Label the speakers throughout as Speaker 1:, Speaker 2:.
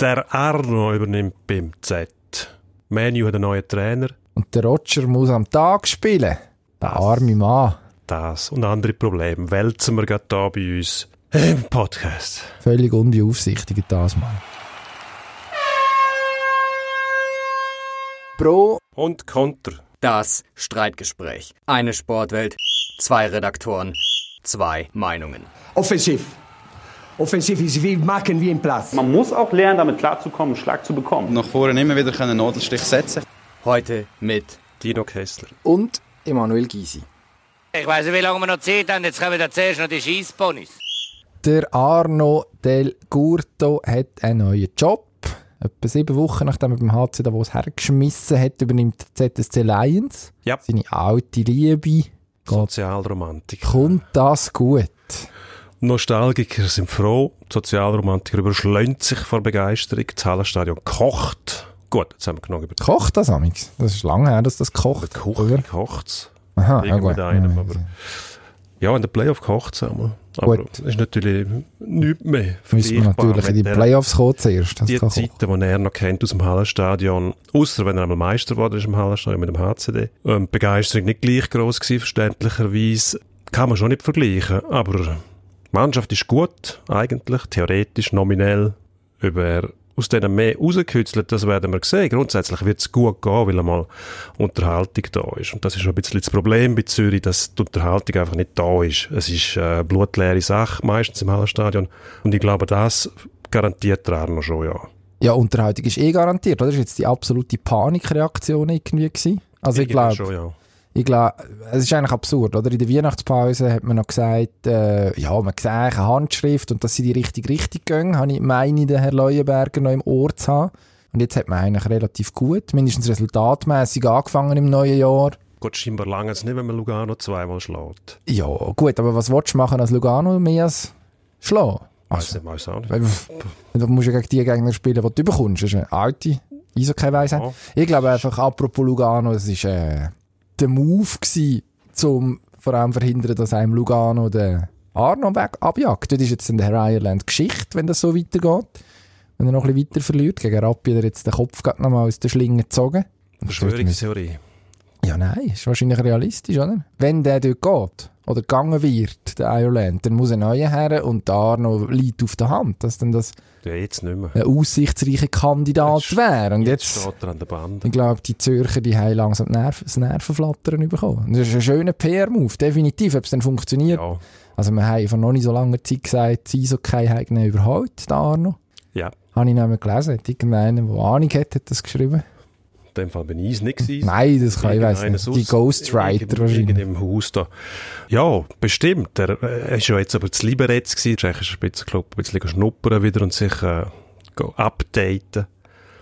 Speaker 1: der Arno übernimmt beim Z. Manu hat einen neuen Trainer.
Speaker 2: Und der Roger muss am Tag spielen. Der arme Mann.
Speaker 1: Das und andere Probleme wälzen wir gerade hier bei uns im Podcast.
Speaker 2: Völlig unbeaufsichtigt das mal. Pro
Speaker 1: Und Konter.
Speaker 3: Das Streitgespräch. Eine Sportwelt, zwei Redaktoren, zwei Meinungen.
Speaker 4: Offensiv. Offensiv ist wir machen wie im Platz.
Speaker 5: Man muss auch lernen, damit klarzukommen, einen Schlag zu bekommen.
Speaker 6: nach vorne immer wieder einen Nadelstich setzen
Speaker 3: Heute mit
Speaker 1: Dino Kessler.
Speaker 2: und Emanuel Gysi.
Speaker 7: Ich weiss nicht, wie lange wir noch Zeit haben. Jetzt kommen da zuerst noch die Scheissponys.
Speaker 2: Der Arno Del Gurto hat einen neuen Job. Etwa sieben Wochen nachdem er beim HC Davos hergeschmissen hat, übernimmt der ZSC Lions.
Speaker 1: Ja.
Speaker 2: Seine alte Liebe. Geht.
Speaker 1: Sozialromantik.
Speaker 2: Kommt das gut?
Speaker 1: Nostalgiker sind froh, die Sozialromantiker überschlägt sich vor Begeisterung, das Hallenstadion kocht. Gut, jetzt haben wir genug über die
Speaker 2: Kocht das amix? Das ist lange her, dass das kocht.
Speaker 1: Küche. Kocht's.
Speaker 2: Aha, ja, Ah,
Speaker 1: Irgend
Speaker 2: gut.
Speaker 1: mit einem,
Speaker 2: Ja,
Speaker 1: aber... Ja, in den Playoff kocht's einmal. Aber
Speaker 2: Gut.
Speaker 1: es ist natürlich nichts mehr
Speaker 2: Müssen wir
Speaker 1: vergleichbar
Speaker 2: natürlich in die
Speaker 1: mit der-
Speaker 2: Playoffs kommen zuerst. Das
Speaker 1: die
Speaker 2: kann kochen.
Speaker 1: Zeiten, die er noch kennt aus dem Hallenstadion, außer wenn er einmal Meister geworden ist im Hallenstadion mit dem HCD, ähm, die Begeisterung nicht gleich groß gewesen, verständlicherweise, kann man schon nicht vergleichen, aber die Mannschaft ist gut, eigentlich, theoretisch, nominell, über aus denen mehr rausgekützelt, das werden wir sehen. Grundsätzlich wird es gut gehen, weil einmal Unterhaltung da ist. Und das ist ein bisschen das Problem bei Zürich, dass die Unterhaltung einfach nicht da ist. Es ist äh, blutleere Sache, meistens im Hallenstadion. Und ich glaube, das garantiert der Arno schon, ja.
Speaker 2: Ja, Unterhaltung ist eh garantiert. Oder? Das war jetzt die absolute Panikreaktion irgendwie. Gewesen. Also ich
Speaker 1: Irgendwie
Speaker 2: glaube,
Speaker 1: schon, ja.
Speaker 2: ich glaube, es ist eigentlich absurd. Oder? In der Weihnachtspause hat man noch gesagt, äh, ja, man sieht eine Handschrift und dass sie die richtig richtig gehen, habe ich meine, den Herr Leuenberger noch im Ohr zu haben. Und jetzt hat man eigentlich relativ gut, mindestens resultatmäßig angefangen im neuen Jahr.
Speaker 1: Geht scheinbar lange es nicht, wenn man Lugano zweimal schlägt.
Speaker 2: Ja, gut, aber was willst du machen als Lugano mehr als schlagen?
Speaker 1: Weiss nicht, weiss auch nicht.
Speaker 2: Weil, pff, Du musst ja gegen die Gegner spielen, die du bekommst. Das ist eine alte Eishockey-Weisheit.
Speaker 1: Ja.
Speaker 2: Ich glaube einfach, apropos Lugano, es war äh, der Move, gewesen, um vor allem verhindern, dass einem Lugano den Arno weg abjagt. Das ist jetzt in der Herr Ireland Geschichte, wenn das so weitergeht. Wenn er noch ein bisschen weiter verliert. Gegen Rappi hat er jetzt den Kopf gerade nochmal aus der Schlinge gezogen.
Speaker 1: Verschwörungstheorie.
Speaker 2: Ja, nein, ist wahrscheinlich realistisch, oder? Wenn der dort geht oder gegangen wird, der Ireland, dann muss ein neuer her und der Arno liegt auf der Hand, dass dann das
Speaker 1: Ja, jetzt nicht mehr.
Speaker 2: ein aussichtsreicher Kandidat
Speaker 1: Jetzt-
Speaker 2: wäre. Und
Speaker 1: Jetzt
Speaker 2: jetzt,
Speaker 1: steht er an der Bande.
Speaker 2: ich glaube, die Zürcher, die haben langsam die Nerv das Nervenflattern bekommen. Und Das ist ein schöner PR-Move, definitiv, ob es dann funktioniert.
Speaker 1: Ja,
Speaker 2: Also wir haben vor noch nicht so langer Zeit gesagt, das Eishockey hat ihn überholt, der Arno.
Speaker 1: ja.
Speaker 2: Habe ich nämlich gelesen, hat irgendeiner, der Ahnung hat, hat das geschrieben.
Speaker 1: In dem Fall bin ich es nicht gewesen.
Speaker 2: Nein, das kann ich weiss
Speaker 1: Irgendeiner
Speaker 2: nicht. Die
Speaker 1: sonst.
Speaker 2: Ghostwriter
Speaker 1: Irgend-
Speaker 2: wahrscheinlich.
Speaker 1: irgend im Haus da. Ja, bestimmt. Er äh, ist ja jetzt aber zu Liberec gewesen, tschechischer Spitzenklub, ein bisschen schnuppern wieder und sich äh, go updaten.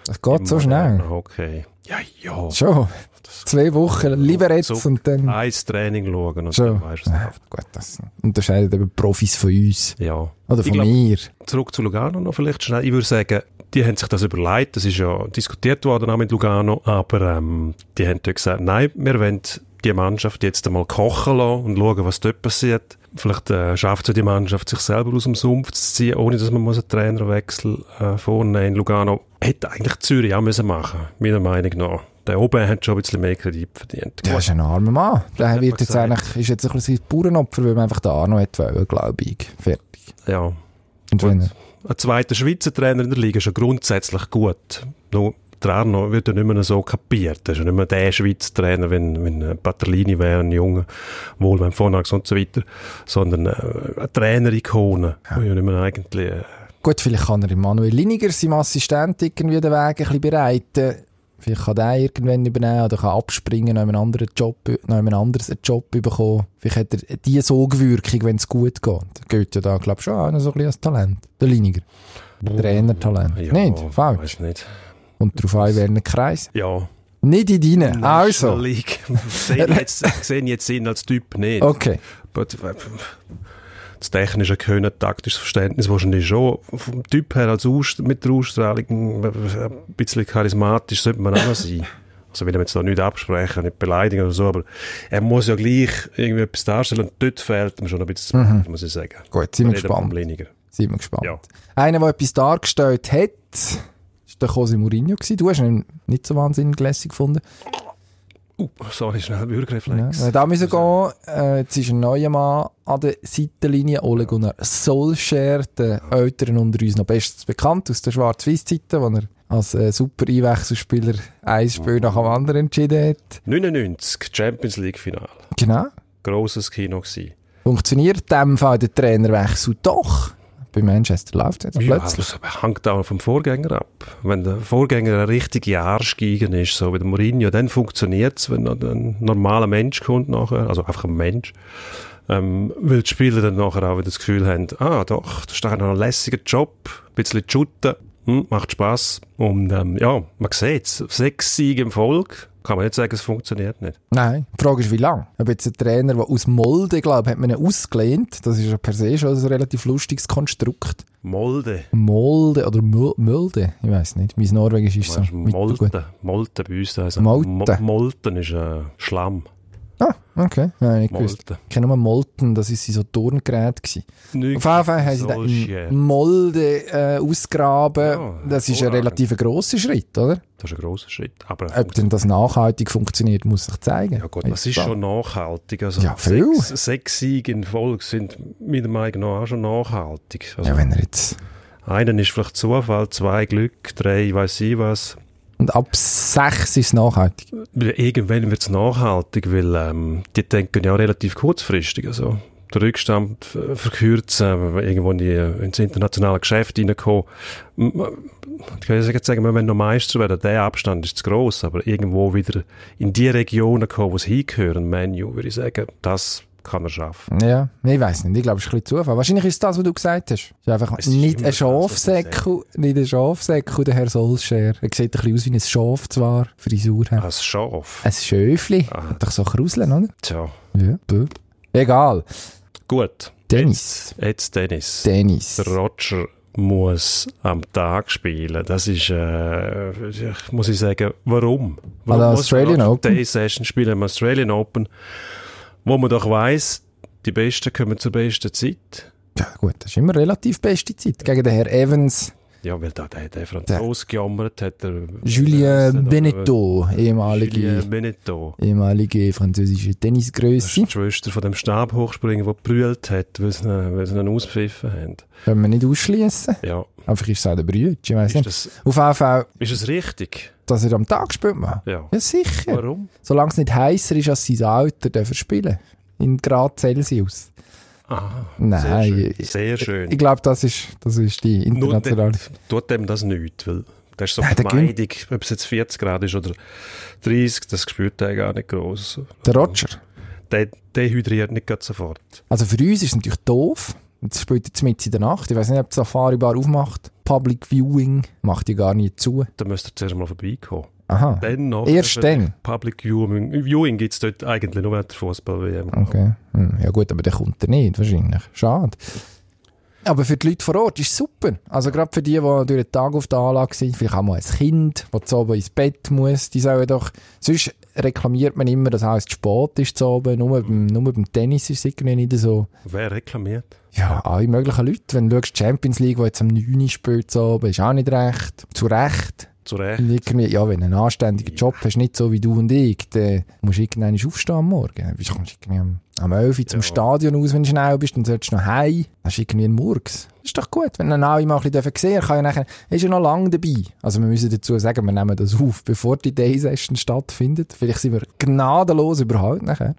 Speaker 2: Das geht so
Speaker 1: Im
Speaker 2: schnell.
Speaker 1: modernen Hockey. Ja, ja.
Speaker 2: Schon. Zwei Wochen, Liberec
Speaker 1: Zug.
Speaker 2: und dann...
Speaker 1: Ein Training schauen und
Speaker 2: Schon.
Speaker 1: dann weisst du es
Speaker 2: Ah, Gut, das unterscheidet eben Profis von uns.
Speaker 1: Ja.
Speaker 2: Oder
Speaker 1: Ich
Speaker 2: von
Speaker 1: glaub-
Speaker 2: mir.
Speaker 1: Zurück zu Lugano noch vielleicht schnell. Ich würde sagen, die haben sich das überlegt. Das ist ja diskutiert worden auch mit Lugano. Aber ähm, die haben dort gesagt, nein, wir wollen die Mannschaft jetzt einmal kochen lassen und schauen, was dort passiert. Vielleicht äh, schafft es ja die Mannschaft, sich selber aus dem Sumpf zu ziehen, ohne dass man muss einen Trainerwechsel äh, vornehmen muss. Lugano hätte eigentlich Zürich auch müssen machen meiner Meinung nach. Der Oben hat schon ein bisschen mehr Kredit verdient.
Speaker 2: Der
Speaker 1: Gut,
Speaker 2: ist ein armer Mann. Der
Speaker 1: hat
Speaker 2: wird
Speaker 1: man
Speaker 2: jetzt
Speaker 1: gesagt.
Speaker 2: eigentlich, ist jetzt ein bisschen Bauernopfer, weil man einfach den Arno hat wollen, glaube ich. Fertig.
Speaker 1: ja.
Speaker 2: Und wenn er,
Speaker 1: Ein zweiter Schweizer Trainer in der Liga ist ja grundsätzlich gut. Nur der Arno wird ja nicht mehr so kapiert. Er ist ja nicht mehr der Schweizer Trainer, wenn, wenn äh, Paterlini wäre, ein Junge, Wohlwem Vonax und so weiter, sondern äh, eine Trainer-Ikone, die ja nicht mehr eigentlich... Äh,
Speaker 2: gut, vielleicht kann er Manuel Liniger, seinem Assistent, irgendwie den Weg ein bisschen bereiten. Vielleicht kann der irgendwann übernehmen oder kann abspringen, noch einen anderen Job, noch einen anderen Job bekommen. Vielleicht hat er die Sogwirkung, wenn es gut geht. Da gilt ja da, glaube ich, schon auch noch so ein bisschen als Talent. Der Liniger. Trainertalent. nicht? Falsch.
Speaker 1: Oh. Weiß nicht.
Speaker 2: Und darauf ein Werner Kreis.
Speaker 1: Ja.
Speaker 2: Nicht in deinen.
Speaker 1: National
Speaker 2: Also.
Speaker 1: League. sehen jetzt, sehen jetzt ihn als Typ nicht.
Speaker 2: Okay.
Speaker 1: But, äh, das technische Können, taktisches Verständnis wahrscheinlich schon. Vom Typ her als Aus mit der Ausstrahlung äh, ein bisschen charismatisch sollte man auch noch sein. Also will ihm jetzt da nicht absprechen, nicht beleidigen oder so, aber er muss ja gleich irgendwie etwas darstellen und dort fehlt ihm schon ein bisschen das Bild, muss ich sagen.
Speaker 2: Mhm. Gut, sind wir
Speaker 1: Reden wir
Speaker 2: gespannt.
Speaker 1: vom Liniger.
Speaker 2: Sind wir gespannt.
Speaker 1: Ja.
Speaker 2: Einer, der etwas dargestellt hat, war der Jose Mourinho. gewesen. Du hast ihn nicht so wahnsinnig lässig gefunden.
Speaker 1: Uh, sorry, schnell
Speaker 2: Ja.
Speaker 1: Würgereflex.
Speaker 2: Wenn da müssen gehen, äh, jetzt ist ein neuer Mann an der Seitenlinie, Ole Gunnar Solskjaer, den Älteren unter uns noch bestens bekannt aus der Schwarz-Weiß-Zeiten, wo er als äh, super Einwechselspieler ein Spiel nach dem anderen entschieden hat.
Speaker 1: 99, Champions League Final.
Speaker 2: Genau.
Speaker 1: Grosses Kino gewesen.
Speaker 2: Funktioniert in dem Fall der Trainerwechsel doch? Bei Manchester läuft es jetzt
Speaker 1: Ja,
Speaker 2: plötzlich.
Speaker 1: das hängt auch vom Vorgänger ab. Wenn der Vorgänger ein richtiger Arschgeigen ist, so wie der Mourinho, dann funktioniert es, wenn noch ein normaler Mensch kommt nachher, also einfach ein Mensch, ähm, weil die Spieler dann nachher auch wieder das Gefühl haben, ah doch, das ist doch noch ein lässiger Job, ein bisschen shooten, hm, macht Spaß Und ähm, ja, man sieht es, sechs Siege im Volk, kann man nicht sagen, es funktioniert nicht.
Speaker 2: Nein, die Frage ist, wie lange? Ob jetzt ein Trainer, der aus Molde, glaube hat man ihn ausgelehnt. Das ist ja per se schon ein relativ lustiges Konstrukt.
Speaker 1: Molde,
Speaker 2: Molde oder Mul- Mulde, ich weiß nicht. Mein Norwegisch ist so.
Speaker 1: weißt du,
Speaker 2: mittelgut.
Speaker 1: Molten, Molten bei uns. Also
Speaker 2: Molten.
Speaker 1: Molten ist äh, Schlamm,
Speaker 2: Ah, okay. Nein, nicht gewusst.
Speaker 1: Molten.
Speaker 2: Ich kenne nur Molten, das ist so Turngerät gewesen. Auf jeden Fall haben sie da
Speaker 1: Solskjaer.
Speaker 2: in Molde äh, ausgraben.
Speaker 1: Ja,
Speaker 2: das ist ein
Speaker 1: hervorragend.
Speaker 2: relativ grosser Schritt, oder?
Speaker 1: Das ist ein grosser Schritt. Aber
Speaker 2: Ob denn das nachhaltig funktioniert, muss sich zeigen.
Speaker 1: ja gut, das ist schon nachhaltig. Also
Speaker 2: Ja, viel.
Speaker 1: Sechs, sechs Siege in Folge sind meiner Meinung nach auch schon nachhaltig. Also
Speaker 2: Ja, wenn er jetzt...
Speaker 1: Einen ist vielleicht Zufall, zwei Glück, drei weiß ich was.
Speaker 2: Und ab 6 ist es nachhaltig.
Speaker 1: Weil Irgendwann wird es nachhaltig, weil ähm, die denken ja relativ kurzfristig. Also der Rückstand ver- verkürzen, irgendwo in die, ins internationale Geschäft reinkommen. M- äh, Ich kann jetzt nicht sagen, wir wollen noch Meister werden. Der Abstand ist zu gross, aber irgendwo wieder in die Regionen kommen, wo es hingehören, Menu, würde ich sagen, das kann er schaffen.
Speaker 2: Ja, ich weiß nicht. Ich glaube, es ist ein bisschen Zufall. Wahrscheinlich ist es das, was du gesagt hast. Es ist einfach
Speaker 1: Es ist
Speaker 2: nicht
Speaker 1: immer
Speaker 2: ein
Speaker 1: das, was man
Speaker 2: Schafsäckel, nicht ein Schafsäckel, der Herr Solskjaer. Er sieht ein bisschen aus wie ein Schaf zwar, Frisur hat.
Speaker 1: Als Schaf.
Speaker 2: Ein Schöfli. Hat doch so Kruseln, oder?
Speaker 1: Tja,
Speaker 2: Ja. Bö. Egal.
Speaker 1: gut.
Speaker 2: Dennis.
Speaker 1: Jetzt Dennis.
Speaker 2: Dennis.
Speaker 1: Der Roger muss am Tag spielen. Das ist, äh, ich muss ich sagen, warum? Warum
Speaker 2: der
Speaker 1: muss
Speaker 2: Australian
Speaker 1: Roger
Speaker 2: Open?
Speaker 1: Day Session spielen am Australian Open, wo man doch weiß, die Besten kommen zur besten Zeit.
Speaker 2: Ja, gut, das ist immer relativ beste Zeit. Gegen den Herr Evans,
Speaker 1: Ja, weil da der, der Franzose gejammert hat. Der,
Speaker 2: Julien
Speaker 1: äh,
Speaker 2: Beneteau, ehemalige,
Speaker 1: Julien Beneteau.
Speaker 2: ehemalige französische
Speaker 1: Das ist
Speaker 2: Tennisgröße.
Speaker 1: die Schwester von dem Stabhochspringer, der gebrüllt hat, weil sie ihn, weil sie ihn auspfiffen haben.
Speaker 2: Können wir nicht ausschließen.
Speaker 1: Ja,
Speaker 2: Einfach ist es auch der Brütsch, ich weiß
Speaker 1: ist
Speaker 2: nicht.
Speaker 1: das,
Speaker 2: Auf jeden Fall
Speaker 1: ist das richtig?
Speaker 2: dass er am Tag spielt. Man.
Speaker 1: Ja.
Speaker 2: Ja, sicher.
Speaker 1: Warum?
Speaker 2: Solange es nicht heißer ist als sein Alter, darf er spielen. In Grad Celsius.
Speaker 1: Aha, sehr
Speaker 2: Nein.
Speaker 1: schön.
Speaker 2: Ich,
Speaker 1: Sehr schön.
Speaker 2: ich glaube, das ist, das ist die
Speaker 1: Nur
Speaker 2: internationale.
Speaker 1: dann tut dem das nichts, weil das ist so
Speaker 2: Nein, der
Speaker 1: vermeidig, ob es jetzt 40 Grad ist oder 30, das spürt der gar nicht gross.
Speaker 2: Der Roger.
Speaker 1: Der dehydriert nicht gerade sofort.
Speaker 2: Also für uns ist es natürlich doof. Jetzt spielt er mitten in der Nacht. Ich weiß nicht, ob die Safari Bar aufmacht. Public Viewing macht ja gar nicht zu.
Speaker 1: Da müsste er zuerst mal vorbeikommen.
Speaker 2: Aha.
Speaker 1: Dann noch
Speaker 2: Erst dann.
Speaker 1: Public Viewing, Viewing gibt es dort eigentlich nur während der Fußball-WM.
Speaker 2: Okay. Hm, Ja gut, aber der kommt er nicht, wahrscheinlich. Schade. Aber für die Leute vor Ort ist es super. Also gerade für die, die durch den Tag auf der Anlage sind, vielleicht auch mal ein Kind, das oben ins Bett muss, die sollen doch... Sonst reklamiert man immer, dass alles zu spät ist zu oben, nur beim, nur beim Tennis ist es irgendwie nicht so.
Speaker 1: Wer reklamiert?
Speaker 2: Ja, alle möglichen Leute. Wenn du schaust, die Champions League, die jetzt am 9. Uhr spielt zu oben, ist auch nicht recht. Zu Recht.
Speaker 1: Zu Recht.
Speaker 2: Und irgendwie, ja, wenn du einen anständigen Job hast, nicht so wie du und ich, dann musst du irgendwann aufstehen am Morgen. Dann bist- kommst du irgendwie am, am 11 Uhr zum Stadion aus, wenn du schnell bist, dann solltest du noch heim. Das ist irgendwie ein Murks. Das ist doch gut, wenn dann alle mal ein bisschen dürfen sehen kann ja nachher, er ist ja noch lange dabei. Also wir müssen dazu sagen, wir nehmen das auf, bevor die Day-Session stattfindet. Vielleicht sind wir gnadenlos überhaupt nachher.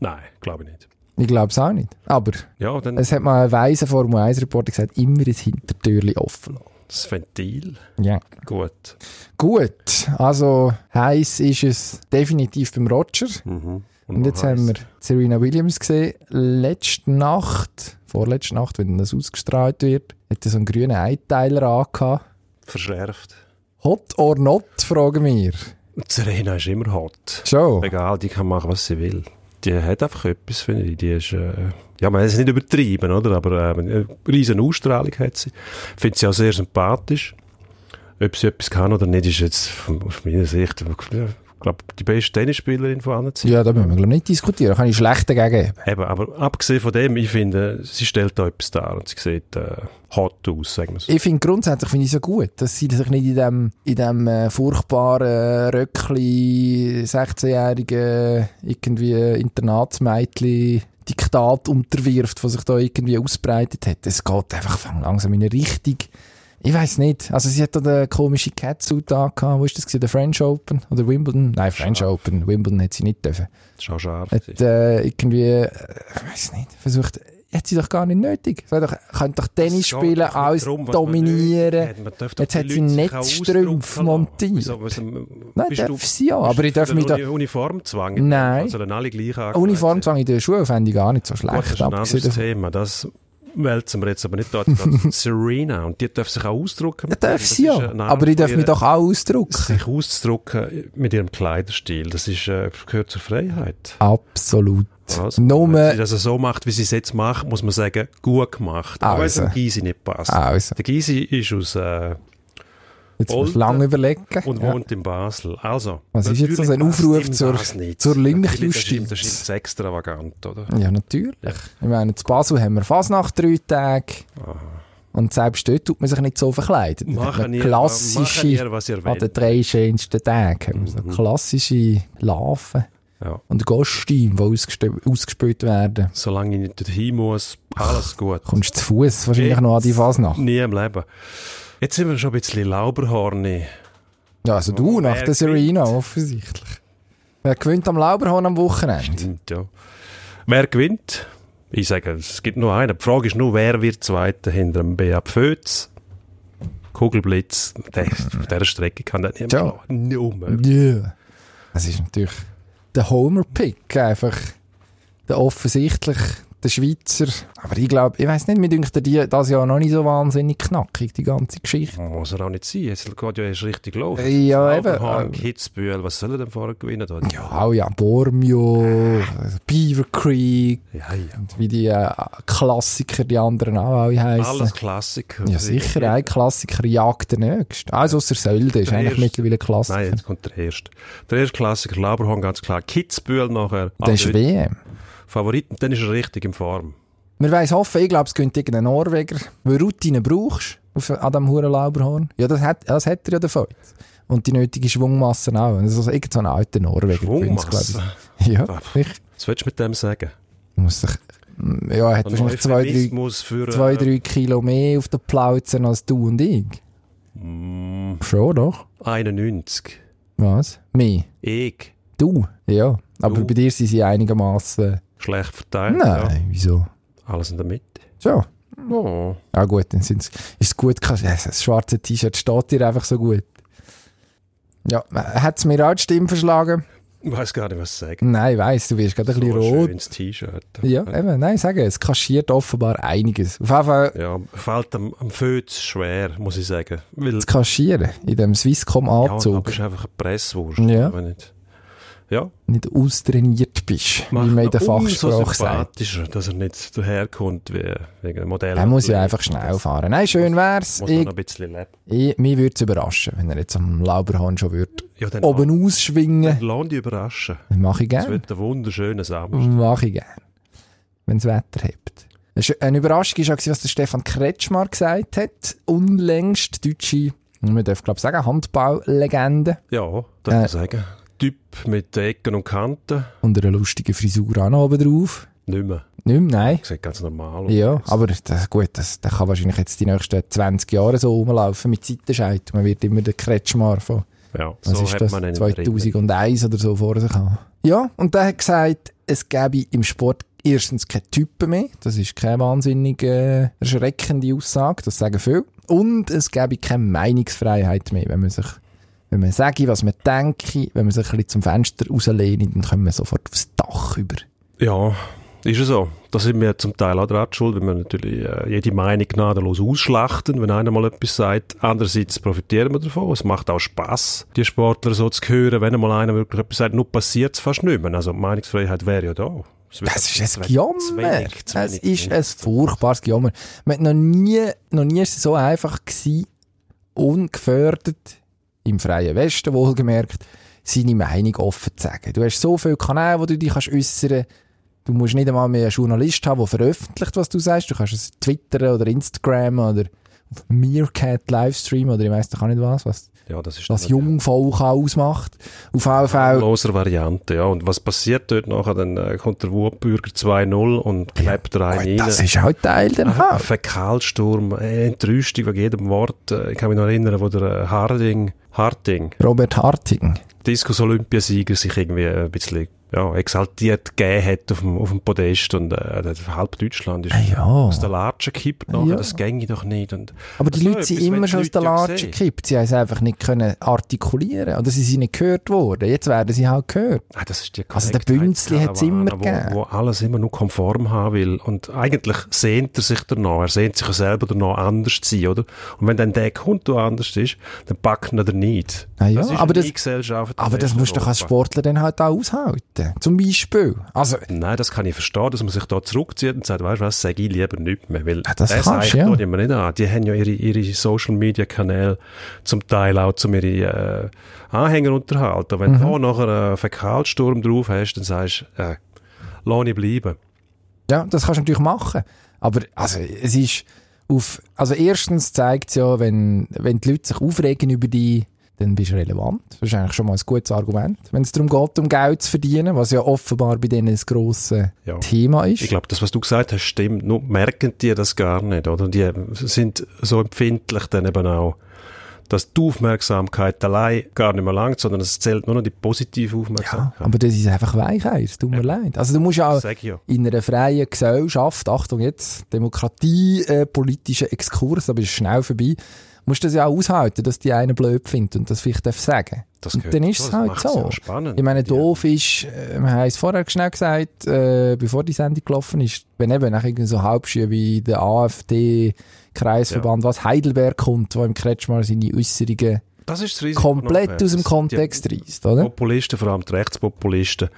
Speaker 1: Nein, glaube ich nicht.
Speaker 2: Ich glaube es auch nicht. Aber
Speaker 1: Ja, dann
Speaker 2: es hat mal ein weiser Formel 1-Reporter gesagt, immer das Hintertürli offen lassen.
Speaker 1: das Ventil.
Speaker 2: Ja.
Speaker 1: Gut.
Speaker 2: Gut, also heiß ist es definitiv beim Roger. Und jetzt haben wir Serena Williams gesehen. Letzte Nacht, vorletzte Nacht, wenn das ausgestrahlt wird, hat er so einen grünen Einteiler angehabt.
Speaker 1: Verschärft.
Speaker 2: Hot or not, fragen wir.
Speaker 1: Und Serena ist immer hot.
Speaker 2: Schon.
Speaker 1: Egal, die kann machen, was sie will. Die hat einfach etwas, finde ich. Die ist, äh, ja, man es nicht übertrieben, oder? Aber äh, eine riesen Ausstrahlung hat sie. Ich finde sie auch sehr sympathisch. Ob sie etwas kann oder nicht, ist jetzt von- aus meiner Sicht äh, glaube die beste Tennisspielerin von allen Zeiten.
Speaker 2: Ja, da müssen wir glaub, nicht diskutieren. Da kann ich schlecht dagegen geben.
Speaker 1: Eben, aber abgesehen von dem, ich finde, sie stellt da etwas dar und sie sieht äh, hot aus, sagen wir so.
Speaker 2: Ich finde grundsätzlich finde ich so gut, dass sie sich nicht in dem, in dem äh, furchtbaren Röckli 16-jährigen irgendwie Internatsmeitli Diktat unterwirft, was sich da irgendwie ausbreitet hat. Es geht einfach fang langsam in eine Richtung. Ich weiß nicht. Also sie hat da den komischen Catsuit angehabt. Wo ist das gewesen? Der French Open oder Wimbledon? Nein, French Open. Wimbledon hat sie nicht dürfen.
Speaker 1: Das ist auch scharf.
Speaker 2: Hat äh, irgendwie, äh, ich weiß nicht, versucht, hat sie doch gar nicht nötig. Sie hat doch, könnte doch Tennis spielen, alles dominieren. Jetzt hat sie Netzstrümpfe montiert.
Speaker 1: ähm,
Speaker 2: Nein, darf sie ja, aber ich darf mich da-
Speaker 1: Uniformzwang.
Speaker 2: Nein.
Speaker 1: Also dann alle gleich angelegt
Speaker 2: Uniform zwang in den Schuhen fände ich gar nicht so
Speaker 1: Gut, das ist
Speaker 2: schlecht.
Speaker 1: ein
Speaker 2: abgesehen
Speaker 1: anderes
Speaker 2: davon.
Speaker 1: Thema. Das wälzen wir jetzt aber nicht dort. Das ist Serena. Und die darf sich auch ausdrücken. mit
Speaker 2: Ja,
Speaker 1: dem.
Speaker 2: darf
Speaker 1: Das
Speaker 2: sie
Speaker 1: ist
Speaker 2: ja.
Speaker 1: ein
Speaker 2: Aber ich darf
Speaker 1: Name
Speaker 2: mich doch auch ausdrucken.
Speaker 1: Sich auszudrücken mit ihrem Kleiderstil, das ist, äh, gehört zur Freiheit.
Speaker 2: Absolut.
Speaker 1: Also, wenn
Speaker 2: Nur,
Speaker 1: sie das so macht, wie sie es jetzt macht, muss man sagen, gut gemacht. Aber
Speaker 2: Also.
Speaker 1: also. der Gysi nicht passt.
Speaker 2: Also.
Speaker 1: Der Gysi ist aus äh,
Speaker 2: jetzt muss ich
Speaker 1: Olden
Speaker 2: lange überlegen.
Speaker 1: und
Speaker 2: Ja.
Speaker 1: wohnt in Basel. Also,
Speaker 2: Was ist jetzt das? Ein
Speaker 1: natürlich passt
Speaker 2: Aufruf
Speaker 1: ihm
Speaker 2: zur-
Speaker 1: das nicht.
Speaker 2: zur
Speaker 1: Natürlich,
Speaker 2: Linkjustiz.
Speaker 1: Das ist, das ist extravagant, oder?
Speaker 2: Ja, natürlich. Ich meine, zu Basel haben wir fast nach drei Tagen. Und selbst dort tut man sich nicht so verkleiden. Dann hat
Speaker 1: Ah. Machen
Speaker 2: man
Speaker 1: ihr-
Speaker 2: klassische,
Speaker 1: machen ihr, was ihr
Speaker 2: an den
Speaker 1: wollt. Mhm.
Speaker 2: drei schönsten Tagen, haben wir so klassische Larven
Speaker 1: Ja.
Speaker 2: und Goststeine, die ausgestö- ausgespült werden.
Speaker 1: Solange ich nicht dorthin muss, alles gut.
Speaker 2: Kommst zu Fuß wahrscheinlich
Speaker 1: Jetzt
Speaker 2: noch an die Fasnacht.
Speaker 1: Nie im Leben. Jetzt sind wir schon ein bisschen Lauberhorni.
Speaker 2: Ja, also du nach der
Speaker 1: Oh, Wer
Speaker 2: Serena offensichtlich. Wer gewinnt am Lauberhorn am Wochenende?
Speaker 1: Stimmt, ja. Wer gewinnt? Ich sage, es gibt nur einen. Die Frage ist nur, wer wird Zweiter hinter dem Beat Fötz? Kugelblitz, der, auf dieser Strecke kann der nicht
Speaker 2: Tja.
Speaker 1: mehr schlagen. Nicht unmöglich.
Speaker 2: Ja. Das ist natürlich der Homer-Pick, einfach der offensichtlich der Schweizer. Aber ich glaube, ich weiß nicht, mir dünkt er die das Jahr noch nicht so wahnsinnig knackig, die ganze Geschichte.
Speaker 1: Muss er auch nicht sein. Jetzt geht ja erst richtig los.
Speaker 2: Äh, Ja, eben.
Speaker 1: Lauberhorn,
Speaker 2: Ähm.
Speaker 1: Kitzbühel, was soll er denn vorher gewinnen? Da?
Speaker 2: Ja, oh ja, Bormio, also Beaver Creek,
Speaker 1: Ja, ja.
Speaker 2: wie die äh, Klassiker, die anderen auch alle heißen.
Speaker 1: Alles Klassiker.
Speaker 2: Ja, sicher, ein Klassiker jagt den nächsten. Also, außer Sölde ist
Speaker 1: Der
Speaker 2: eigentlich
Speaker 1: erste-
Speaker 2: mittlerweile Klassiker.
Speaker 1: Nein, jetzt kommt der erste. Der erste Klassiker, Lauberhorn, ganz klar. Kitzbühel nachher.
Speaker 2: das ist WM.
Speaker 1: Favoriten, dann ist er richtig in Form.
Speaker 2: Wir wollen es hoffen, ich glaube, es könnte irgendein Norweger, weil Routine brauchst auf, an diesem huren Lauberhorn. Ja, das hat, das hat er ja davon. Und die nötige Schwungmasse auch. Das ist also irgend so ein alter Norweger. gewinnt's, glaub
Speaker 1: Schwungmasse.
Speaker 2: ich. Ja, ich
Speaker 1: Was willst du mit dem sagen?
Speaker 2: muss sich, mm, ja, er hat wahrscheinlich zwei drei,
Speaker 1: Euphemismus für,
Speaker 2: zwei,
Speaker 1: äh,
Speaker 2: drei Kilo mehr auf den Plauzen als du und ich.
Speaker 1: Mm.
Speaker 2: Schon doch.
Speaker 1: 91.
Speaker 2: Was? Mehr.
Speaker 1: Ich.
Speaker 2: Du. Ja. Aber
Speaker 1: Du.
Speaker 2: bei dir sind sie einigermaßen.
Speaker 1: Schlecht verteilt.
Speaker 2: Nein, wieso?
Speaker 1: Ja. Alles in der Mitte.
Speaker 2: Schon.
Speaker 1: Oh.
Speaker 2: Ja Ah, gut, dann sind's, ist es gut. gewesen. Ja, Das schwarze T-Shirt steht dir einfach so gut. Ja, hat es mir auch die Stimme verschlagen?
Speaker 1: Ich weiß gar nicht, was ich sagen.
Speaker 2: Nein, weiss, du wirst gerade ein bisschen
Speaker 1: so ein
Speaker 2: rot.
Speaker 1: schönes T-Shirt.
Speaker 2: Ja, eben, nein, sage, es kaschiert offenbar einiges. Auf jeden Fall
Speaker 1: Ja, fällt am, am Fötz schwer, muss ich sagen. Weil,
Speaker 2: das Kaschieren in dem
Speaker 1: ja, aber
Speaker 2: Swisscom-Anzug,
Speaker 1: ist einfach eine Presswurst.
Speaker 2: Ja.
Speaker 1: Wenn nicht. Ja,
Speaker 2: nicht austrainiert bist, wie man in der
Speaker 1: ihn umso
Speaker 2: Fachsprache sagt.
Speaker 1: sympathischer, dass er nicht daherkommt wie wegen einem Modell.
Speaker 2: Er muss ja einfach schnell fahren. Nein, schön wär's.
Speaker 1: Muss
Speaker 2: Ich,
Speaker 1: man noch ein bisschen leben.
Speaker 2: ich, mich würde es überraschen, wenn er jetzt am Lauberhorn schon würde.
Speaker 1: Ja, dann
Speaker 2: Oben
Speaker 1: la-
Speaker 2: ausschwingen,
Speaker 1: Lass dich überraschen.
Speaker 2: mache ich
Speaker 1: Es
Speaker 2: gerne.
Speaker 1: wird ein wunderschöner Samstag.
Speaker 2: Mache ich gerne. Wenn das Wetter hebt. Eine Schö- Eine Überraschung war auch, was der Stefan Kretschmar gesagt hat. Unlängst deutsche, man darf glaube ich sagen, Handballlegende.
Speaker 1: Ja, darf man
Speaker 2: Äh.
Speaker 1: sagen. Typ mit Ecken und Kanten.
Speaker 2: Und einer lustigen Frisur auch noch oben drauf.
Speaker 1: Nicht mehr.
Speaker 2: Nicht mehr, nein.
Speaker 1: Sieht ganz normal aus.
Speaker 2: Ja, aber das, gut, das, der kann wahrscheinlich jetzt die nächsten 20 Jahre so rumlaufen mit Seitenscheid. Man wird immer der Kretschmar von
Speaker 1: Ja,
Speaker 2: Was
Speaker 1: so
Speaker 2: ist
Speaker 1: hat
Speaker 2: das?
Speaker 1: man ihn in
Speaker 2: 2001 oder so vor sich haben. Ja, und der hat gesagt, es gäbe im Sport erstens keine Typen mehr. Das ist keine wahnsinnig äh, erschreckende Aussage, das sagen viele. Und es gäbe keine Meinungsfreiheit mehr, wenn man sich wenn man sage, was man denke, wenn man sich ein bisschen zum Fenster rauslehnt, dann kommen wir sofort aufs Dach über.
Speaker 1: Ja, ist ja so. Da sind wir zum Teil auch dran schuld, wenn wir natürlich äh, jede Meinung gnadenlos ausschlachten, wenn einer mal etwas sagt. Andererseits profitieren wir davon. Es macht auch Spaß, die Sportler so zu hören, wenn einmal einer wirklich etwas sagt. Nur passiert es fast nicht mehr. Also die Meinungsfreiheit wäre ja da. Es wird
Speaker 2: Das
Speaker 1: einfach zu
Speaker 2: ist ein
Speaker 1: wenig- zu
Speaker 2: Gejammer.
Speaker 1: wenig- zu
Speaker 2: Es
Speaker 1: wenig
Speaker 2: ist
Speaker 1: gemacht.
Speaker 2: ein furchtbares Gejammer. Man hat noch nie, noch nie ist es so einfach gewesen, ungefördert, im freien Westen wohlgemerkt, seine Meinung offen zu sagen. Du hast so viele Kanäle, wo du dich kannst äußern kannst. Du musst nicht einmal mehr einen Journalist haben, der veröffentlicht, was du sagst. Du kannst es twittern oder Instagram oder auf Meerkat Livestream oder ich weiss doch auch nicht was, was
Speaker 1: Ja, das ist
Speaker 2: das
Speaker 1: dann eine
Speaker 2: Jungvolk ausmacht. Auf jeden Fall,
Speaker 1: loser Variante, ja. Und was passiert dort nachher? Dann äh, kommt der Wutbürger 2-0 und klebt da einen rein.
Speaker 2: gut, das ist halt Teil dann
Speaker 1: Aha,
Speaker 2: auch.
Speaker 1: Fäkalsturm, äh, Entrüstung wegen jedem Wort. Äh, Ich kann mich noch erinnern, wo der äh, Harding, Harding,
Speaker 2: Robert Hartigen.
Speaker 1: Diskus-Olympiasieger sich irgendwie äh, ein bisschen ja, exaltiert gegeben hat auf dem, auf dem Podest und äh, das halb Deutschland ist
Speaker 2: Ah, Ja.
Speaker 1: aus der Latsche gekippt nachher,
Speaker 2: Ja.
Speaker 1: das gänge doch nicht. Und
Speaker 2: Aber die
Speaker 1: so
Speaker 2: Leute sind
Speaker 1: etwas, wenn
Speaker 2: immer
Speaker 1: die
Speaker 2: schon aus der
Speaker 1: Leute ja
Speaker 2: Latsche
Speaker 1: sehen.
Speaker 2: gekippt. Sie haben es einfach nicht können artikulieren oder sie sind nicht gehört worden. Jetzt werden sie halt gehört.
Speaker 1: Ah, das ist die
Speaker 2: Also der Bünzli hat's
Speaker 1: Korrektheitskarawane,
Speaker 2: immer gegeben.
Speaker 1: wo, wo alles immer nur konform haben will. Und eigentlich sehnt er sich danach. Er sehnt sich ja selber danach, anders zu sein, oder? Und wenn dann der Kunde der anders ist, dann packen wir den nicht.
Speaker 2: Ah ja,
Speaker 1: das ist
Speaker 2: aber
Speaker 1: nie
Speaker 2: das-
Speaker 1: Gesellschaft.
Speaker 2: Aber das musst du doch als
Speaker 1: Europa.
Speaker 2: Sportler dann halt auch aushalten. Zum Beispiel. Also,
Speaker 1: Nein, das kann ich verstehen, dass man sich da zurückzieht und sagt, weißt du was, sage ich lieber nicht mehr, weil
Speaker 2: Ah, das
Speaker 1: das
Speaker 2: kannst,
Speaker 1: reicht
Speaker 2: ja.
Speaker 1: doch immer nicht an. Die haben ja ihre, ihre Social-Media-Kanäle zum Teil auch zum ihre äh, Anhänger unterhalten.
Speaker 2: Mhm.
Speaker 1: Wenn du da nachher einen Fäkalsturm drauf hast, dann sagst du, äh, lass ich bleiben.
Speaker 2: ja, das kannst du natürlich machen. Aber, also, es ist auf, also erstens zeigt es ja, wenn, wenn die Leute sich aufregen über dich, dann bist du relevant. Das ist eigentlich schon mal ein gutes Argument. Wenn es darum geht, um Geld zu verdienen, was ja offenbar bei denen ein grosses
Speaker 1: Ja.
Speaker 2: Thema ist.
Speaker 1: Ich glaube, das, was du gesagt hast, stimmt. Nur merken die das gar nicht, oder? Die ähm, sind so empfindlich dann eben auch, dass die Aufmerksamkeit allein gar nicht mehr langt, sondern es zählt nur noch die positive
Speaker 2: Ja,
Speaker 1: Aufmerksamkeit.
Speaker 2: aber das ist einfach Weichheit, es tut mir leid. Also du musst ja auch
Speaker 1: Sag ja.
Speaker 2: in einer freien Gesellschaft, Achtung jetzt, Demokratie, äh, politischer Exkurs, aber ist schnell vorbei, musst du das ja auch aushalten, dass die einen blöd findet und das vielleicht darf sagen.
Speaker 1: Das
Speaker 2: und
Speaker 1: gehört
Speaker 2: dann ist
Speaker 1: dazu,
Speaker 2: es
Speaker 1: das
Speaker 2: halt
Speaker 1: macht's
Speaker 2: so.
Speaker 1: ja auch spannend.
Speaker 2: Ich meine,
Speaker 1: Die-
Speaker 2: doof ist, äh, wir haben es vorher schnell gesagt, äh, bevor die Sendung gelaufen ist, wenn eben nach irgendwie so Halbschuhe wie der AfD, Kreisverband, was Heidelberg kommt, wo im Kretschmar seine Äußerungen
Speaker 1: Das ist das Risiko
Speaker 2: komplett
Speaker 1: nachher.
Speaker 2: aus
Speaker 1: Das-
Speaker 2: dem
Speaker 1: die-
Speaker 2: Kontext reißt, oder?
Speaker 1: Populisten, vor allem die Rechtspopulisten,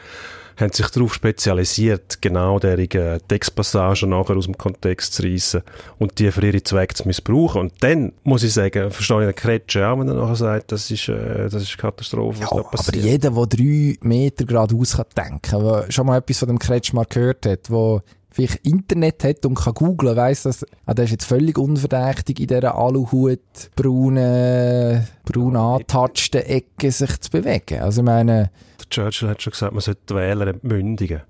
Speaker 1: haben sich darauf spezialisiert, genau derige Textpassagen nachher aus dem Kontext zu reissen und die für ihre Zwecke zu missbrauchen. Und dann, muss ich sagen, verstehe ich den Kretschen auch, wenn er nachher sagt, das ist, äh, das ist Katastrophe, was da
Speaker 2: Ja, aber
Speaker 1: passiert.
Speaker 2: jeder, der drei Meter geradeaus kann denken kann, der schon mal etwas von dem Kretschmar gehört hat, der vielleicht Internet hat und kann googlen, weiss, dass ah, der ist jetzt völlig unverdächtig in dieser Aluhut braune, braun antatschten Ecke sich zu bewegen. Also ich meine,
Speaker 1: Der Churchill hat schon gesagt, man sollte die Wähler entmündigen.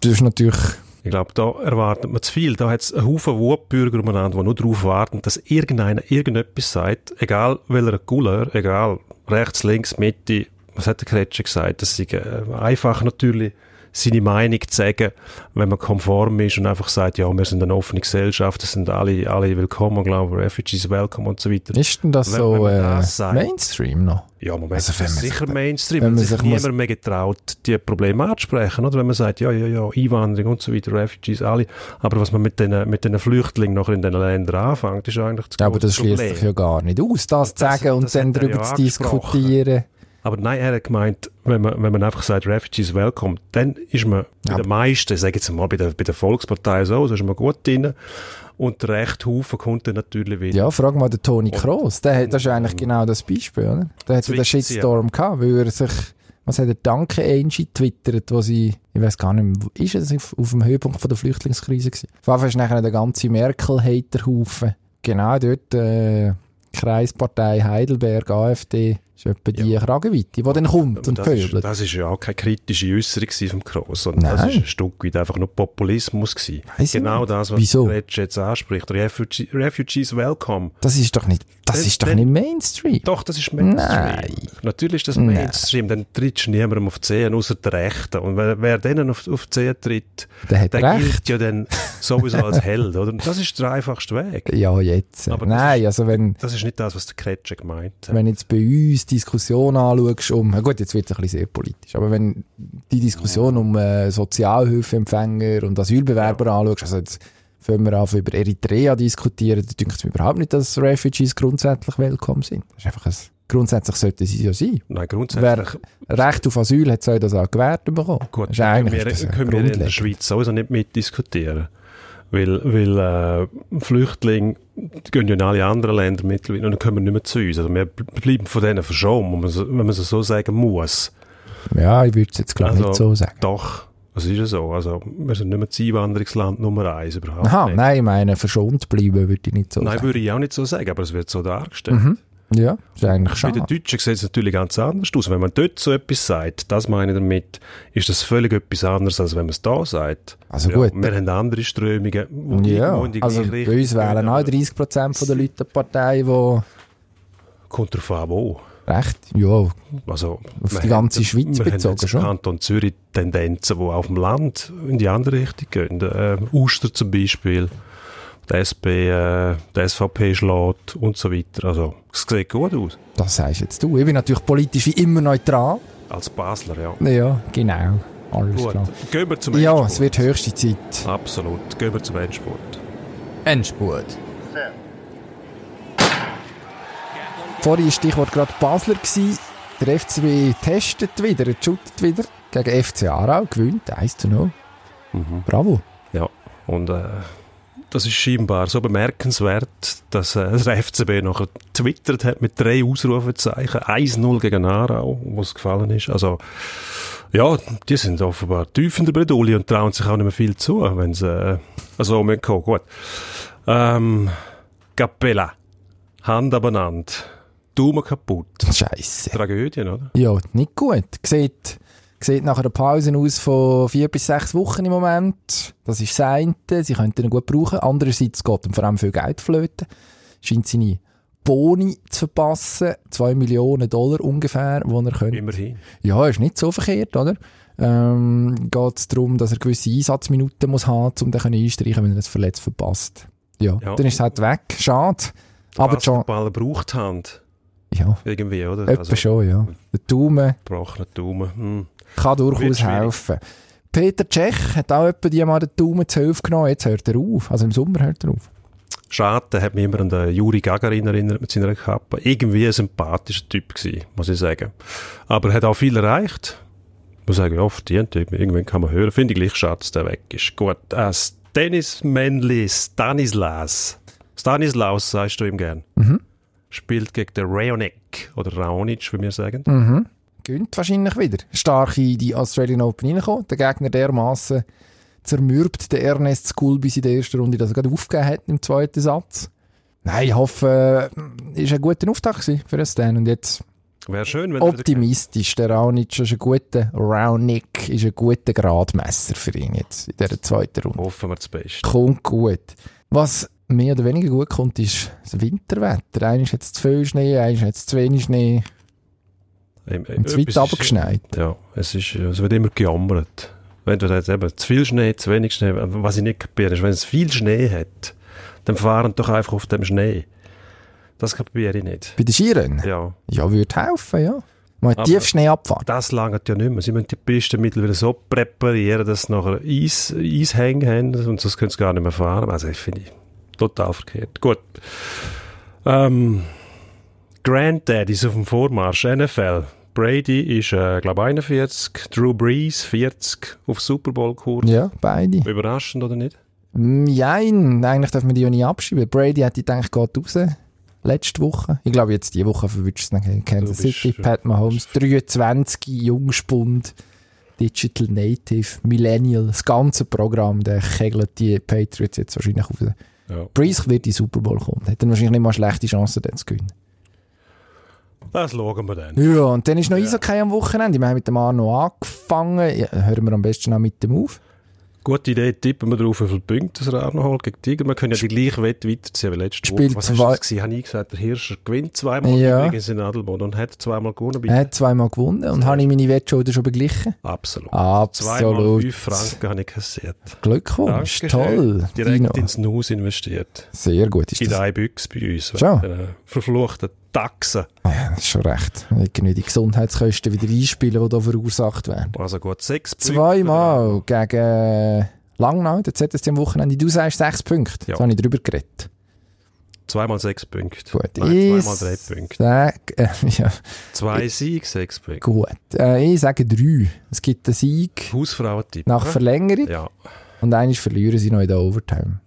Speaker 2: das ist natürlich...
Speaker 1: Ich glaube, da erwartet man zu viel. Da hat es einen Haufen Wutbürger umeinander, die nur darauf warten, dass irgendeiner irgendetwas sagt, egal welcher Couleur, egal rechts, links, Mitte, was hat der Kretsche gesagt, das sei äh, einfach natürlich seine Meinung zu sagen, wenn man konform ist und einfach sagt, ja, wir sind eine offene Gesellschaft, das sind alle, alle willkommen, glaube ich, Refugees welcome und so weiter.
Speaker 2: Ist denn das
Speaker 1: Wenn- wenn
Speaker 2: so
Speaker 1: man
Speaker 2: äh,
Speaker 1: das sagt-
Speaker 2: Mainstream noch?
Speaker 1: Ja, Moment,
Speaker 2: Also, wenn
Speaker 1: das ist
Speaker 2: man
Speaker 1: sicher
Speaker 2: sich-
Speaker 1: Mainstream,
Speaker 2: wenn
Speaker 1: wenn
Speaker 2: man
Speaker 1: sich
Speaker 2: sich
Speaker 1: niemand
Speaker 2: muss-
Speaker 1: mehr getraut, die Probleme anzusprechen, oder? Wenn man sagt, ja, ja, ja, Einwanderung und so weiter, Refugees, alle. Aber was man mit den, mit den Flüchtlingen nachher in den Ländern anfängt, ist eigentlich das
Speaker 2: Ja, aber das
Speaker 1: grosse
Speaker 2: schließt
Speaker 1: Problem.
Speaker 2: sich ja gar nicht aus, das, zu
Speaker 1: das-
Speaker 2: sagen und
Speaker 1: das
Speaker 2: dann
Speaker 1: hat er ja
Speaker 2: darüber zu
Speaker 1: angesprochen.
Speaker 2: diskutieren.
Speaker 1: Aber nein, er hat gemeint, wenn man, wenn man einfach sagt, Refugees welcome, dann ist man bei den meisten, sage jetzt mal bei der, bei der Volkspartei so, so ist man gut drin. Und der rechte Haufen kommt dann natürlich wieder.
Speaker 2: Ja, frag mal den Toni Kroos. Der hat, das ist ja eigentlich genau das Beispiel, oder? Der hat ja den
Speaker 1: Zwickt sie,
Speaker 2: Shitstorm gehabt, weil er sich, was hat er, Danke Angie twittert, wo sie, ich weiß gar nicht mehr, wo- ist es auf, auf dem Höhepunkt von der Flüchtlingskrise gewesen? Auf jeden Fall ist nachher der ganze Merkel-Haterhaufen. Genau dort, äh, Kreispartei Heidelberg, AfD, ist etwa die Kragenweite, die dann kommt und
Speaker 1: das, ist,
Speaker 2: pöbelt.
Speaker 1: das ist ja auch keine kritische Äußerung gewesen vom Kroos, sondern
Speaker 2: Nein.
Speaker 1: das ist ein Stück weit einfach nur Populismus gewesen.
Speaker 2: Weiss ich
Speaker 1: genau
Speaker 2: nicht.
Speaker 1: das, was
Speaker 2: Wieso?
Speaker 1: der Retsch jetzt anspricht. Refuge Refugees welcome.
Speaker 2: Das ist doch nicht, das
Speaker 1: Das-
Speaker 2: ist doch
Speaker 1: das-
Speaker 2: nicht Mainstream.
Speaker 1: Doch, das ist Mainstream.
Speaker 2: Nein.
Speaker 1: Natürlich ist das Mainstream. Dann trittst du niemandem auf die Zehen, außer der Rechten. Und wer, wer denen auf, auf die Zehen tritt,
Speaker 2: Der hat recht.
Speaker 1: gilt ja dann sowieso als Held, oder? Und das ist der einfachste Weg.
Speaker 2: Ja, jetzt.
Speaker 1: Aber das
Speaker 2: Nein, also wenn,
Speaker 1: Das ist nicht das, was der Kretsche gemeint hat.
Speaker 2: Wenn jetzt bei uns die Diskussion anschaust um, na gut, jetzt wird es ein bisschen sehr politisch, aber wenn die Diskussion um äh, Sozialhilfeempfänger und Asylbewerber anschaust, also jetzt fangen wir an, über Eritrea diskutieren, da denkt es mir überhaupt nicht, dass Refugees grundsätzlich willkommen sind. Das ist einfach ein, grundsätzlich sollte sie ja sein.
Speaker 1: Nein,
Speaker 2: Wer
Speaker 1: grundsätzlich.
Speaker 2: Recht auf Asyl hat, soll das auch gewährt bekommen.
Speaker 1: Gut,
Speaker 2: das ist
Speaker 1: können
Speaker 2: eigentlich
Speaker 1: wir,
Speaker 2: ist das ja
Speaker 1: können wir in der
Speaker 2: grundlegend.
Speaker 1: Schweiz sowieso nicht mitdiskutieren. Weil, weil äh, Flüchtlinge die gehen ja in alle anderen Länder mittlerweile und dann kommen nicht mehr zu uns. Also wir bl- bleiben von denen verschont, wenn man so- wenn man es so sagen muss.
Speaker 2: Ja, ich würde es jetzt, glaube ich,
Speaker 1: Also,
Speaker 2: nicht so sagen.
Speaker 1: Doch, es ist ja so. Also, wir sind nicht mehr das Einwanderungsland Nummer eins überhaupt.
Speaker 2: Aha,
Speaker 1: nicht.
Speaker 2: nein, ich meine, verschont bleiben würde ich nicht so
Speaker 1: Nein,
Speaker 2: sagen.
Speaker 1: würde ich auch nicht so sagen, aber es wird so dargestellt.
Speaker 2: Ja, ist eigentlich
Speaker 1: Bei den
Speaker 2: schade.
Speaker 1: Deutschen sieht es natürlich ganz anders aus. Wenn man dort so etwas sagt, das meine ich damit, ist das völlig etwas anderes, als wenn man es da sagt.
Speaker 2: Also
Speaker 1: ja,
Speaker 2: gut.
Speaker 1: Wir haben andere Strömungen, wo
Speaker 2: Ja,
Speaker 1: irgendwo in die
Speaker 2: also
Speaker 1: gleiche
Speaker 2: bei
Speaker 1: Richtung
Speaker 2: uns wären
Speaker 1: gehen,
Speaker 2: auch
Speaker 1: aber
Speaker 2: 30% von der Leute eine Partei, die
Speaker 1: Kommt drauf an, wo.
Speaker 2: recht, ja,
Speaker 1: Also,
Speaker 2: Auf
Speaker 1: wir
Speaker 2: die ganze
Speaker 1: haben-
Speaker 2: Schweiz
Speaker 1: wir haben
Speaker 2: bezogen,
Speaker 1: jetzt im
Speaker 2: schon?
Speaker 1: Kanton Zürich Tendenzen, die auf dem Land in die andere Richtung gehen. Äh, Uster zum Beispiel, die SP, äh, die SVP schlägt und so weiter. Also, es sieht gut aus.
Speaker 2: das sagst jetzt du. Ich bin natürlich politisch wie immer neutral.
Speaker 1: Als Basler, ja.
Speaker 2: Ja, genau. Alles
Speaker 1: Gut,
Speaker 2: klar.
Speaker 1: gehen wir zum
Speaker 2: Ja,
Speaker 1: Endspurt.
Speaker 2: es wird höchste Zeit.
Speaker 1: Absolut, gehen wir zum Endspurt.
Speaker 3: Endspurt.
Speaker 2: Vorhin war Stichwort gerade Basler. Gewesen. Der FCB testet wieder, er shootet wieder. Gegen FC Aarau gewinnt, 1 zu 0.
Speaker 1: Mhm.
Speaker 2: Bravo.
Speaker 1: Ja, und äh, das ist scheinbar so bemerkenswert, dass äh, der FCB nachher twittert hat mit drei Ausrufezeichen. 1-0 gegen Aarau, was gefallen ist. Also, ja, die sind offenbar tief in der Bredouille und trauen sich auch nicht mehr viel zu, wenn sie äh, so mitkommen. Gut. Ähm, Capella. Hand abeinander. Daumen kaputt.
Speaker 2: Scheiße.
Speaker 1: Tragödie, oder?
Speaker 2: Ja, nicht gut. Sieht, sieht nach einer Pause aus von vier bis sechs Wochen im Moment. Das ist das eine. Sie könnten ihn gut brauchen. Andererseits geht ihm vor allem viel Geld flöten. Scheint seine Boni zu verpassen. Zwei Millionen Dollar ungefähr, die er könnte.
Speaker 1: Immerhin.
Speaker 2: Ja, ist nicht so verkehrt, oder? Ähm, Geht es darum, dass er gewisse Einsatzminuten muss haben muss, um den können einstreichen wenn er es verletzt verpasst. Ja,
Speaker 1: Ja.
Speaker 2: dann ist es halt weg. Schade. Aber
Speaker 1: schon.
Speaker 2: schon,
Speaker 1: Ball braucht die Hand.
Speaker 2: ja,
Speaker 1: Irgendwie, oder? Also,
Speaker 2: etwa schon, ja. Der Daumen
Speaker 1: gebrochenen Daumen. Hm.
Speaker 2: kann
Speaker 1: Wird
Speaker 2: durchaus
Speaker 1: schwierig.
Speaker 2: helfen. Peter Tschech hat auch etwa die mal den Daumen zu Hilfe genommen. Jetzt hört er auf. Also im Sommer hört er auf.
Speaker 1: Schade, der hat mich immer an den Juri Gagarin erinnert mit seiner Kappe. Irgendwie ein sympathischer Typ gewesen, muss ich sagen. Aber er hat auch viel erreicht. Ich muss sagen, ja, verdient. Irgendwann kann man hören. Finde ich gleich schade, dass der weg ist. Gut, äh, Dennis Männli Stanislas. Stanislaus sagst du ihm gern. Spielt gegen den Raonic oder Raonic, wie wir sagen.
Speaker 2: Gönnt wahrscheinlich wieder. Stark in die Australian Open reinkommen. Der Gegner dermaßen zermürbt den Ernest Skull bis in der ersten Runde, dass er gerade aufgegeben hat im zweiten Satz. Nein, ich hoffe, äh, ist ein guter Auftakt gewesen für den Stan. Und jetzt
Speaker 1: Wäre schön, wenn er wieder-
Speaker 2: optimistisch. Der Raonic ist ein guter, Raonic ist ein guter Gradmesser für ihn jetzt in dieser zweiten Runde.
Speaker 1: Hoffen wir das Beste.
Speaker 2: kommt gut. Was mehr oder weniger gut kommt, ist das Winterwetter. Einmal hat es zu viel Schnee, einmal hat es zu wenig Schnee
Speaker 1: Ähm, äh,
Speaker 2: und
Speaker 1: etwas
Speaker 2: zu weit
Speaker 1: ist-
Speaker 2: abgeschneit.
Speaker 1: Ja, es, ist, es wird immer gejammert. Entweder hat es eben zu viel Schnee, zu wenig Schnee. Was ich nicht kapiere, ist, wenn es viel Schnee hat, dann fahren doch einfach auf dem Schnee. Das kapiere ich nicht.
Speaker 2: Bei den Skirennen? Ja,
Speaker 1: Ja,
Speaker 2: würde helfen, ja. Mal
Speaker 1: Aber-
Speaker 2: Tiefschnee abfahren.
Speaker 1: das langt ja nicht mehr. Sie müssen die Pisten mittlerweile so präparieren, dass sie nachher Eis, Eishänge haben und sonst können sie gar nicht mehr fahren. Also ich finde, total verkehrt. Gut. Ähm, Granddaddy ist auf dem Vormarsch, NFL. Brady ist, äh, glaube 41, Drew Brees 40 auf Super Bowl-Kurs.
Speaker 2: Ja, beide.
Speaker 1: Überraschend oder nicht?
Speaker 2: Mm, Jein, eigentlich darf man die ja nicht abschreiben. Brady hat ich gedacht, geht raus. Letzte Woche. Ich glaube, jetzt diese Woche verwünscht es ihn. Kansas
Speaker 1: Du bist-
Speaker 2: City, Pat Mahomes, 23, Jungspund, Digital Native, Millennial, das ganze Programm, der kegelt die Patriots jetzt wahrscheinlich auf.
Speaker 1: Ja.
Speaker 2: Breeze wird in den Super Bowl kommen. Hat dann wahrscheinlich nicht mal schlechte Chancen, den zu gewinnen.
Speaker 1: Das schauen wir dann.
Speaker 2: Ja, und dann ist noch Eishockey am Wochenende. Wir haben mit dem Arno angefangen. Ja, hören wir am besten noch mit dem auf.
Speaker 1: Gute Idee, tippen wir drauf, wie viele Punkte er auch noch holt gegen die Tiger. Wir können ja die gleiche Wette weiterziehen wie letzte
Speaker 2: Spielt
Speaker 1: Woche. Was war
Speaker 2: zwei-
Speaker 1: das? Gewesen? Habe ich gesagt, der Hirscher gewinnt zweimal
Speaker 2: Ja.
Speaker 1: übrigens in Adelboden und hat zweimal gewonnen. Bitte.
Speaker 2: Er hat zweimal gewonnen und habe ich meine Wettschulden schon beglichen.
Speaker 1: Absolut. Zweimal
Speaker 2: Absolut.
Speaker 1: fünf Franken habe ich kassiert.
Speaker 2: Glückwunsch,
Speaker 1: Dankeschön.
Speaker 2: toll.
Speaker 1: Direkt
Speaker 2: Dino.
Speaker 1: ins Nuss investiert.
Speaker 2: Sehr gut ist
Speaker 1: In
Speaker 2: das.
Speaker 1: eine Büchse bei uns. äh,
Speaker 2: Schau.
Speaker 1: Mit den verfluchten Taxen.
Speaker 2: Ah, Ja, das ist schon recht. Irgendwie die Gesundheitskosten wieder einspielen, die da verursacht werden.
Speaker 1: Also gut, sechs Punkte.
Speaker 2: Zweimal gegen äh, Langnau, der ZSC am Wochenende. Du sagst sechs Punkte.
Speaker 1: Ja.
Speaker 2: Da habe ich drüber geredet.
Speaker 1: Zweimal sechs Punkte.
Speaker 2: Gut.
Speaker 1: Nein,
Speaker 2: Ich
Speaker 1: zweimal drei Punkte.
Speaker 2: Sag, äh, ja,
Speaker 1: Zwei Siege, sechs Punkte.
Speaker 2: gut. Äh, ich sage drei. Es gibt einen Sieg
Speaker 1: Hausfrauentipp.
Speaker 2: nach Verlängerung.
Speaker 1: Ja.
Speaker 2: Und eigentlich verlieren sie noch in der Overtime.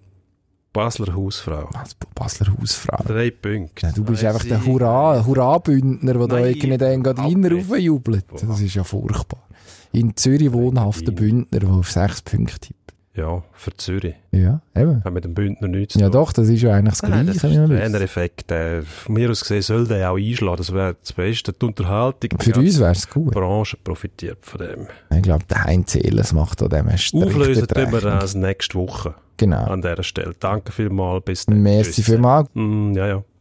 Speaker 1: Basler Hausfrau.
Speaker 2: Das Basler Hausfrau.
Speaker 1: Drei Punkte.
Speaker 2: Ja, du bist
Speaker 8: Nein,
Speaker 2: einfach der
Speaker 8: sie-
Speaker 2: Hurra, Hurra-Bündner, der da
Speaker 8: Nein,
Speaker 2: irgendwie den gerade Wiener
Speaker 1: okay.
Speaker 2: raufjubelt. Das ist ja furchtbar. In Zürich wohnhafter Bündner, der auf sechs Punkte tippt.
Speaker 1: Ja, für Zürich.
Speaker 2: Ja, eben.
Speaker 1: Hat mit dem Bündner nichts zu
Speaker 2: Ja
Speaker 1: tun.
Speaker 2: doch, das ist ja eigentlich das
Speaker 1: Nein,
Speaker 2: Gleiche.
Speaker 1: das ist
Speaker 2: wie man
Speaker 1: der
Speaker 2: wisst.
Speaker 1: Trainereffekt. Äh, von mir aus gesehen soll der auch einschlagen. Das wäre das Beste. Die Unterhaltung.
Speaker 2: Für
Speaker 1: die
Speaker 2: uns
Speaker 1: ganze
Speaker 2: wäre es gut.
Speaker 1: Branche profitiert von dem.
Speaker 2: Ich glaube, der Heinz Ehlers macht an dem erst
Speaker 1: Auflösen tun wir
Speaker 2: Rechnung.
Speaker 1: das nächste Woche
Speaker 2: Genau.
Speaker 1: an dieser Stelle. Danke vielmals. Bis dann.
Speaker 2: Merci
Speaker 1: Tschüss.
Speaker 2: vielmals.
Speaker 1: Mm, ja, ja.